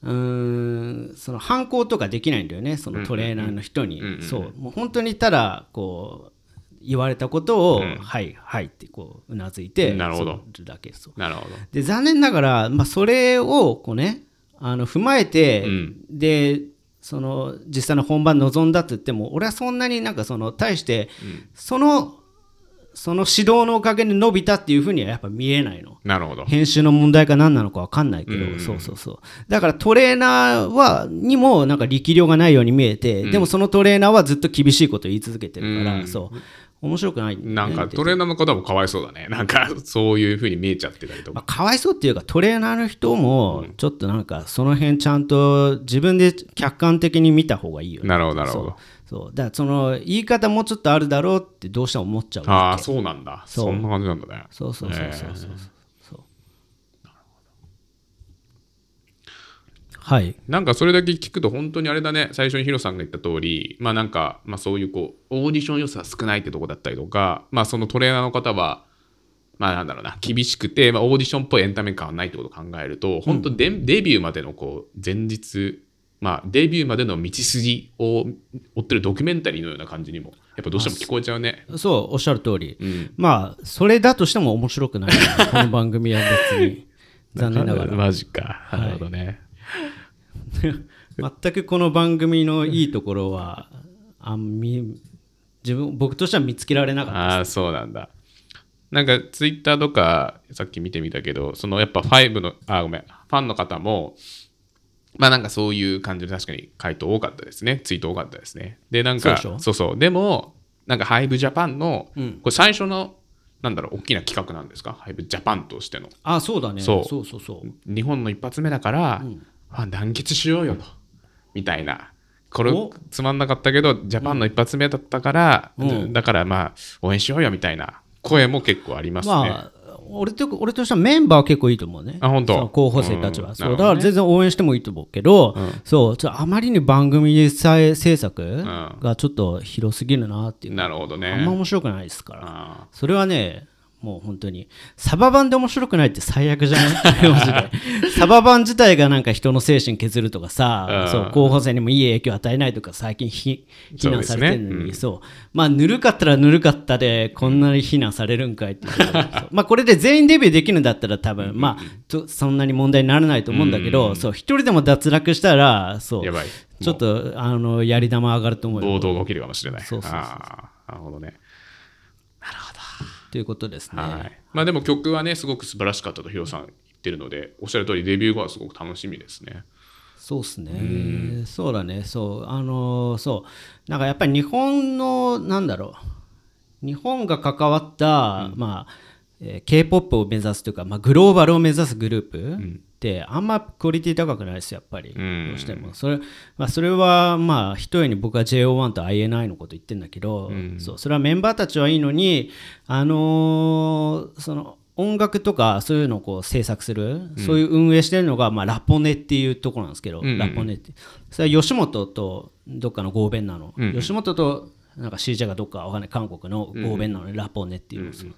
[SPEAKER 1] うーんその反抗とかできないんだよねそのトレーナーの人に、そうもう本当にただこう言われたことを、はいはいってこううなずいて
[SPEAKER 2] なるほど
[SPEAKER 1] そうるだけそう
[SPEAKER 2] なるほど
[SPEAKER 1] で残念ながら、まあ、それをこう、ね、あの踏まえて、
[SPEAKER 2] うん
[SPEAKER 1] でその実際の本番望んだって言っても俺はそんなになんかその対して、そのその指導のおかげで伸びたっていうふうにはやっぱ見えないの。
[SPEAKER 2] なるほど
[SPEAKER 1] 編集の問題か何なのか分かんないけど、そうそうそうだからトレーナーはにもなんか力量がないように見えて、でもそのトレーナーはずっと厳しいことを言い続けてるから、そう面白くないだよね
[SPEAKER 2] なんかトレーナーの方もかわいそうだねなんかそういうふうに見えちゃってたりと
[SPEAKER 1] まあ、
[SPEAKER 2] か、
[SPEAKER 1] かわいそうっていうかトレーナーの人もちょっとなんかその辺ちゃんと自分で客観的に見た方がいいよね
[SPEAKER 2] なるほどなるほど
[SPEAKER 1] そうだからその言い方もうちょっとあるだろうってどうしても思っちゃう
[SPEAKER 2] ああそうなんだ
[SPEAKER 1] そ
[SPEAKER 2] そうそんな感じなんだね
[SPEAKER 1] そうそうそうそうそうそうそうはい
[SPEAKER 2] なんかそれだけ聞くと本当にあれだね最初にヒロさんが言った通りまあなんか、まあ、そういうこうオーディション要素は少ないってとこだったりとかまあそのトレーナーの方はまあなんだろうな厳しくて、まあ、オーディションっぽいエンタメ感はないってことを考えると本当デ,、デビューまでのこう前日まあデビューまでの道筋を追ってるドキュメンタリーのような感じにもやっぱどうしても聞こえちゃうね。
[SPEAKER 1] そうおっしゃる通り、まあそれだとしても面白くない この番組は別に残念ながら
[SPEAKER 2] マジか。なるほどね。
[SPEAKER 1] 全くこの番組のいいところはあんみ自分僕としては見つけられなかっ
[SPEAKER 2] ああそうなんだなんかツイッターとかさっき見てみたけどそのやっぱ5のあごめんファンの方もまあなんかそういう感じで確かに回答多かったですねツイート多かったですねでなん
[SPEAKER 1] そう
[SPEAKER 2] か
[SPEAKER 1] でし
[SPEAKER 2] そ
[SPEAKER 1] ょ
[SPEAKER 2] うそうでもなんか HiveJapan の、これ最初のなんだろう大きな企画なんですか HiveJapan としての
[SPEAKER 1] たあそうだね
[SPEAKER 2] そう
[SPEAKER 1] そうそうそう
[SPEAKER 2] 日本の一発目だから、ファン団結しようよとみたいなこれ
[SPEAKER 1] お
[SPEAKER 2] つまんなかったけどジャパンの一発目だったから、だからまあ応援しようよみたいな声も結構ありますね。
[SPEAKER 1] まあ俺と俺としてはメンバーは結構いいと思うね
[SPEAKER 2] あ本当
[SPEAKER 1] その候補生たちは、
[SPEAKER 2] うん
[SPEAKER 1] そうだ
[SPEAKER 2] なるほ
[SPEAKER 1] か
[SPEAKER 2] ど
[SPEAKER 1] ら全然応援してもいいと思うけど、そうちょっとあまりに番組さえ制作
[SPEAKER 2] ん
[SPEAKER 1] がちょっと広すぎるなっていう、
[SPEAKER 2] なるほど
[SPEAKER 1] あんま
[SPEAKER 2] ね。
[SPEAKER 1] 面白くないですから
[SPEAKER 2] あ
[SPEAKER 1] それはねもう本当にサバ版で面白くないって最悪じゃない マジでサバ版自体がなんか人の精神削るとかさ、
[SPEAKER 2] うん
[SPEAKER 1] そう候補生にもいい影響与えないとか最近ひ非難されてるのにそう,、まあぬるかったらぬるかったでこんなに非難されるんかいっていうそうまあこれで全員デビューできるんだったら多分、まあとそんなに問題にならないと思うんだけど、そう一人でも脱落したらそう
[SPEAKER 2] やばい
[SPEAKER 1] ちょっとあのやり玉上がると思うよ
[SPEAKER 2] 暴動が起きるかもしれない。
[SPEAKER 1] そうそうそうそう
[SPEAKER 2] あーなるほどね。
[SPEAKER 1] ということですね。
[SPEAKER 2] はい。まあでも曲はねすごく素晴らしかったとヒロさん言ってるのでおっしゃる通りデビュー後はすごく楽しみですね。
[SPEAKER 1] そうですね。そうだね。そう。あのーそう。なんかやっぱり日本の、なんだろう。日本が関わった、まあ、えー K-POP を目指すというか、まあ、グローバルを目指すグループって、あんまクオリティ高くないです、やっぱり。
[SPEAKER 2] うん
[SPEAKER 1] どうしても。それ、まあ、それは、まあ、ひとえに僕は JO1 と INI のこと言ってんだけど、そう、それはメンバーたちはいいのに、あのーその、音楽とかそういうのをこう制作する、そういう運営してるのが、まあ、ラポネっていうところなんですけど、
[SPEAKER 2] うんうん
[SPEAKER 1] ラポネってそれは吉本とどっかの合弁なの、
[SPEAKER 2] うんうん
[SPEAKER 1] 吉本となんかシージャがどっかわかんない韓国の合弁なのね、ラポネっていうのそう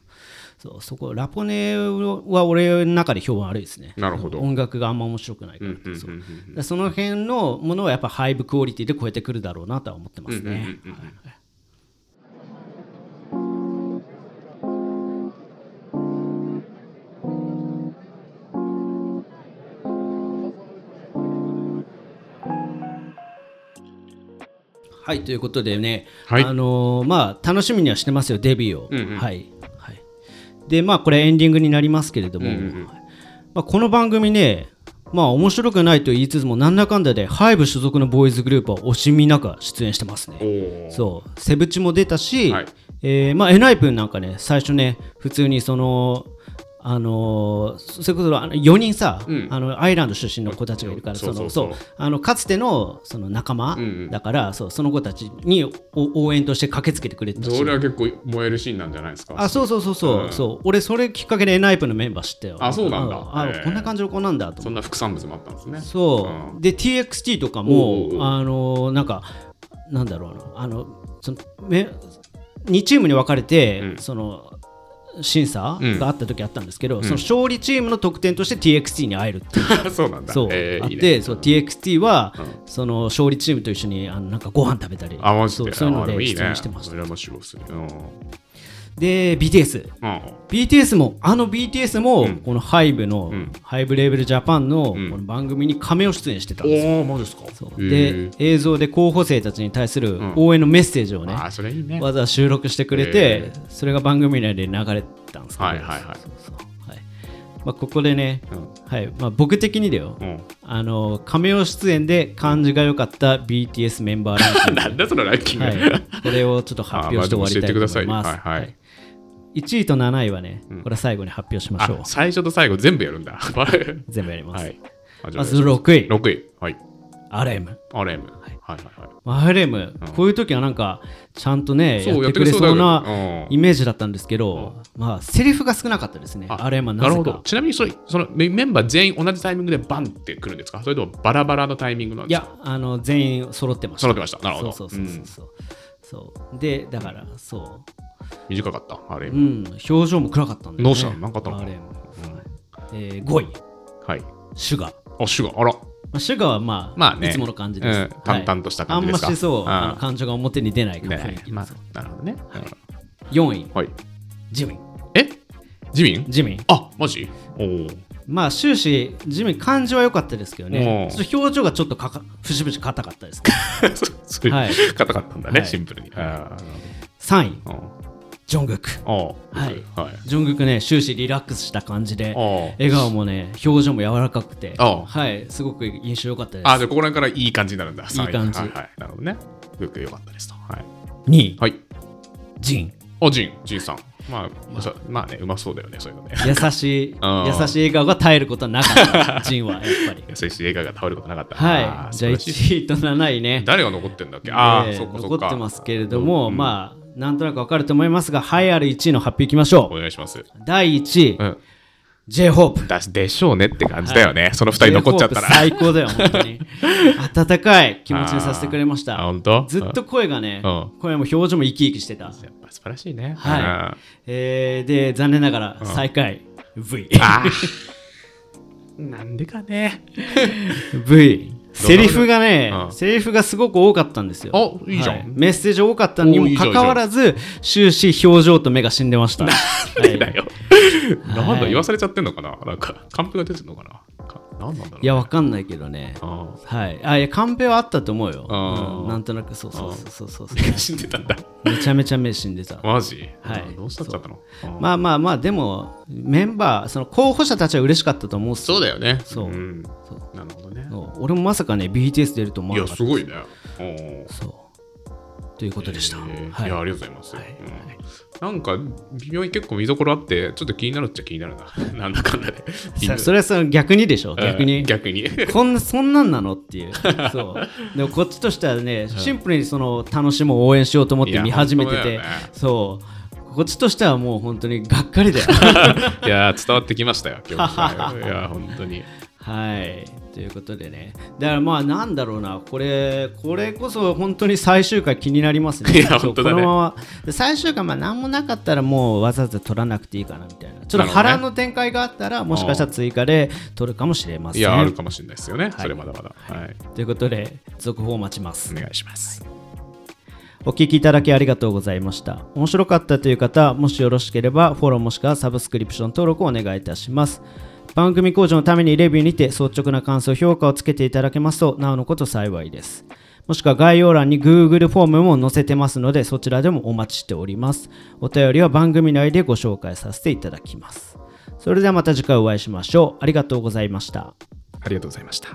[SPEAKER 1] そうそこラポネは俺の中で評判悪いですね
[SPEAKER 2] なるほど
[SPEAKER 1] 音楽があんま面白くないから、
[SPEAKER 2] うんうん
[SPEAKER 1] そううんでその辺のものはやっぱハイブクオリティで超えてくるだろうなとは思ってますね、はいはい、ということでね、
[SPEAKER 2] はい
[SPEAKER 1] あのーまあ、楽しみにはしてますよ、デビューを。
[SPEAKER 2] うんうん
[SPEAKER 1] はいはい、で、まあ、これエンディングになりますけれども、はいまあ、この番組ね、まあ、面白くないと言いつつも、なんだかんだで、ハイブ所属のボーイズグループは惜しみなく出演してますね。
[SPEAKER 2] おお
[SPEAKER 1] そうセブチも出たし、
[SPEAKER 2] はい
[SPEAKER 1] えーまあ、エナイプンなんかね最初ね普通にそのあのーそそれこそあの4人さ、
[SPEAKER 2] うん
[SPEAKER 1] あのアイランド出身の子たちがいるから
[SPEAKER 2] そ
[SPEAKER 1] そう
[SPEAKER 2] そう
[SPEAKER 1] の
[SPEAKER 2] そう
[SPEAKER 1] そうあのかつてのその仲間
[SPEAKER 2] うんうん
[SPEAKER 1] だから、そうその子たちにお応援として駆けつけてくれてたし
[SPEAKER 2] それは結構燃えるシーンなんじゃないですか
[SPEAKER 1] あそうそうそうそう,、
[SPEAKER 2] うん
[SPEAKER 1] そう俺それきっかけでエナイプンのメンバー知ったよ
[SPEAKER 2] あそうなんだ
[SPEAKER 1] あ
[SPEAKER 2] へー
[SPEAKER 1] こんな感じの子なんだと思って
[SPEAKER 2] そんな副産物もあったんですね
[SPEAKER 1] そう、
[SPEAKER 2] う
[SPEAKER 1] で TXT とか
[SPEAKER 2] お
[SPEAKER 1] も
[SPEAKER 2] うおうおう
[SPEAKER 1] あのなんかなんだろうなあのそのめ2チームに分かれて、
[SPEAKER 2] うん
[SPEAKER 1] その審査
[SPEAKER 2] うん
[SPEAKER 1] があった時あったんですけど、その勝利チームの得点として TXT に会えるっていう
[SPEAKER 2] そうなんだ
[SPEAKER 1] そう、
[SPEAKER 2] えー
[SPEAKER 1] あっ
[SPEAKER 2] いいね
[SPEAKER 1] てそう TXT は、
[SPEAKER 2] う
[SPEAKER 1] その勝利チームと一緒にあのなんかご飯食べたり
[SPEAKER 2] あマジ
[SPEAKER 1] そ
[SPEAKER 2] で
[SPEAKER 1] うそういうの
[SPEAKER 2] あも
[SPEAKER 1] で
[SPEAKER 2] いい
[SPEAKER 1] 出
[SPEAKER 2] ね
[SPEAKER 1] 演してました
[SPEAKER 2] 羨ましいですねうん
[SPEAKER 1] で BTS
[SPEAKER 2] うん
[SPEAKER 1] BTS もあの BTS も、このハイブの、
[SPEAKER 2] ん
[SPEAKER 1] ハイブレーベルジャパンの,、この番組に亀を出演してたんですよ
[SPEAKER 2] おおマジですか
[SPEAKER 1] そう
[SPEAKER 2] へ
[SPEAKER 1] で
[SPEAKER 2] ー
[SPEAKER 1] 映像で候補生たちに対する
[SPEAKER 2] ん
[SPEAKER 1] 応援のメッセージをね、
[SPEAKER 2] あーそれいいね
[SPEAKER 1] わざわざ収録してくれて、それが番組内で流れたんですけど、
[SPEAKER 2] はいはいはい
[SPEAKER 1] そうそうそうはいまあ、ここでね、
[SPEAKER 2] うん
[SPEAKER 1] はいまあ、僕的にだよ、
[SPEAKER 2] うん
[SPEAKER 1] あの亀尾出演で感じが良かった BTS メンバーラン キング、
[SPEAKER 2] なんだそのランキング
[SPEAKER 1] はい、これをちょっと発表して終わりたいと思います、
[SPEAKER 2] あまあでも教えてくださいはいはい
[SPEAKER 1] 1位と7位はね、これは最後に発表しましょう
[SPEAKER 2] あ最初と最後全部やるんだ は
[SPEAKER 1] 全部やります、
[SPEAKER 2] いあじゃ
[SPEAKER 1] ま
[SPEAKER 2] あ
[SPEAKER 1] ず6位
[SPEAKER 2] 6位はい
[SPEAKER 1] RM
[SPEAKER 2] RM はいはいはい
[SPEAKER 1] マハレム、こういう時はなんかちゃんとね
[SPEAKER 2] そう
[SPEAKER 1] やってくれそう
[SPEAKER 2] やっ
[SPEAKER 1] な
[SPEAKER 2] てくれそうだようん
[SPEAKER 1] イメージだったんですけど、まあセリフが少なかったですねあれはまあ
[SPEAKER 2] な
[SPEAKER 1] な
[SPEAKER 2] る
[SPEAKER 1] ぜ
[SPEAKER 2] ほ
[SPEAKER 1] か
[SPEAKER 2] ど。ちなみにそれそのメメンバー全員同じタイミングでバンってくるんですかそれともバラバラのタイミングなん
[SPEAKER 1] い
[SPEAKER 2] ですか
[SPEAKER 1] やあの全員揃ってました
[SPEAKER 2] 揃ってましたなるほど
[SPEAKER 1] そうそうそうそうそう,、そうでだからそ
[SPEAKER 2] 短かった、あれ。
[SPEAKER 1] う、うん、表情も暗かったんで、ね、
[SPEAKER 2] どうしたのなんかあったのか
[SPEAKER 1] RM、えー、5位
[SPEAKER 2] はい。
[SPEAKER 1] シュガー
[SPEAKER 2] あ、シュガー、あら。
[SPEAKER 1] まあ、シュガーはまあ、
[SPEAKER 2] まあね
[SPEAKER 1] いつもの感じです、
[SPEAKER 2] うん淡々とした感じですか
[SPEAKER 1] はいあんましそう、
[SPEAKER 2] うん
[SPEAKER 1] あの感情が表に出ない感じ、
[SPEAKER 2] ねまあ、なるほどね。
[SPEAKER 1] 4位
[SPEAKER 2] はい。
[SPEAKER 1] ジミン
[SPEAKER 2] えジミン
[SPEAKER 1] ジミン
[SPEAKER 2] あ、マジおお。
[SPEAKER 1] まあ終始地味に感じは良かったですけどね
[SPEAKER 2] う、ん
[SPEAKER 1] ちょっと表情がちょっとかか節々硬かったです、ね。
[SPEAKER 2] そ そう
[SPEAKER 1] はい
[SPEAKER 2] いう、硬かったんだね、
[SPEAKER 1] はい
[SPEAKER 2] シンプルに。あ
[SPEAKER 1] 3位、
[SPEAKER 2] あ、
[SPEAKER 1] ジョングク。
[SPEAKER 2] ああ。
[SPEAKER 1] はい
[SPEAKER 2] はい。
[SPEAKER 1] ジョングクね、終始リラックスした感じで、
[SPEAKER 2] あ
[SPEAKER 1] 笑顔もね、表情も柔らかくて、
[SPEAKER 2] あ
[SPEAKER 1] はい、すごく印象良かったです。
[SPEAKER 2] あ。あ、じゃあここら辺からいい感じになるんだ。い
[SPEAKER 1] い感じ
[SPEAKER 2] はいはい。なるほどね。よくよかったですと。はい。
[SPEAKER 1] 2位、
[SPEAKER 2] はい。
[SPEAKER 1] ジン。
[SPEAKER 2] あ、ジン、ジンさん。まあ、まあ、まあね、うまそうだよね、そういうのね。
[SPEAKER 1] 優しい、
[SPEAKER 2] あー
[SPEAKER 1] 優しい笑顔が耐えることはなかった、ジンはやっぱ り。
[SPEAKER 2] 優しい映画が倒れることなかった。
[SPEAKER 1] はい、
[SPEAKER 2] ー
[SPEAKER 1] じゃあ
[SPEAKER 2] 素晴らしい
[SPEAKER 1] 1位と7位ね、
[SPEAKER 2] 誰が残ってんだっけああ、
[SPEAKER 1] えー
[SPEAKER 2] そっかそっか。
[SPEAKER 1] 残ってますけれども、
[SPEAKER 2] うん
[SPEAKER 1] まあ、なんとなくわかると思いますが、栄えある1位の発表いきましょ
[SPEAKER 2] お願いします。
[SPEAKER 1] う。第1位、
[SPEAKER 2] うん。
[SPEAKER 1] J-HOPE。
[SPEAKER 2] だしでしょうねって感じだよね。その二人残っちゃったら。
[SPEAKER 1] J-Hope 最高だよ、本当 に。温かい気持ちにさせてくれまし
[SPEAKER 2] あ
[SPEAKER 1] た。
[SPEAKER 2] 本当
[SPEAKER 1] ずっと声がね、
[SPEAKER 2] う
[SPEAKER 1] 声も表情も生き生きしてた。
[SPEAKER 2] やっぱ素晴らしいね。
[SPEAKER 1] はい
[SPEAKER 2] あ
[SPEAKER 1] えーで、残念ながら最下位、V。
[SPEAKER 2] あー。なんでかね。
[SPEAKER 1] v。セリフがね、
[SPEAKER 2] うん
[SPEAKER 1] セリフがすごく多かったんですよ。
[SPEAKER 2] あいいじゃん
[SPEAKER 1] はメッセージ多かったにもかかわらず、終始表情と目が死んでました。 はい
[SPEAKER 2] だよ。なんだ、言わされちゃってんのかななんか、完封が出てるのかなか何なんだろう
[SPEAKER 1] いや、わかんないけどね。
[SPEAKER 2] ああ
[SPEAKER 1] はい。あ、いや、カンペはあったと思うよ。
[SPEAKER 2] あー
[SPEAKER 1] うんなんとなく、そうそうそうそうそう。
[SPEAKER 2] 死んでたんだ。
[SPEAKER 1] めちゃめちゃ目死んでた。
[SPEAKER 2] マジ
[SPEAKER 1] はい
[SPEAKER 2] どうしたっちゃったのあ
[SPEAKER 1] まあまあまあ、でも、メンバー、その候補者たちは嬉しかったと思うっす
[SPEAKER 2] そうだよね。
[SPEAKER 1] そうんそう
[SPEAKER 2] なるほどね。
[SPEAKER 1] そう俺もまさかね、BTS 出ると思
[SPEAKER 2] い
[SPEAKER 1] わな
[SPEAKER 2] や、
[SPEAKER 1] かっ
[SPEAKER 2] す
[SPEAKER 1] た。
[SPEAKER 2] ごいね。おー
[SPEAKER 1] そう。ということでした。
[SPEAKER 2] えー、
[SPEAKER 1] はいい
[SPEAKER 2] や、ありがとうございます。うんなんか、微妙に結構見どころあって、ちょっと気になるっちゃ気になるな。 なんだかんだで。
[SPEAKER 1] さそれはその逆にでしょ、逆
[SPEAKER 2] うん
[SPEAKER 1] に。
[SPEAKER 2] 逆に。
[SPEAKER 1] こんなそんなんなのっていうそうでもこっちとしてはねシンプルにその楽しもう応援しようと思っ
[SPEAKER 2] い
[SPEAKER 1] て
[SPEAKER 2] や
[SPEAKER 1] 見始めてて、
[SPEAKER 2] 本当だよね
[SPEAKER 1] そうこっちとしてはもう本当にがっかり だよ
[SPEAKER 2] いや、伝わってきましたよ、今日。いや、本当に。
[SPEAKER 1] はいということでねだからまあなんだろうなこれこれこそ本当に最終回気になりますね
[SPEAKER 2] いや
[SPEAKER 1] そう
[SPEAKER 2] 本当だね
[SPEAKER 1] このままで最終回まあ何もなかったらもうわざわざ取らなくていいかなみたいなちょっと波
[SPEAKER 2] なる
[SPEAKER 1] 乱
[SPEAKER 2] ほど
[SPEAKER 1] の展開があったらもしかしたら追加で取るかもしれません
[SPEAKER 2] いや、あるかもしれないですよね。それまだまだ。はい。
[SPEAKER 1] ということで続報を待ちます
[SPEAKER 2] お願いします。
[SPEAKER 1] お聞きいただきありがとうございました。面白かったという方、もしよろしければフォローもしくはサブスクリプション登録をお願いいたします。番組向上のためにレビューにて率直な感想、評価をつけていただけますと、なおのこと幸いです。もしくは概要欄に Google フォームも載せてますので、そちらでもお待ちしております。お便りは番組内でご紹介させていただきます。それではまた次回お会いしましょう。ありがとうございました。
[SPEAKER 2] ありがとうございました。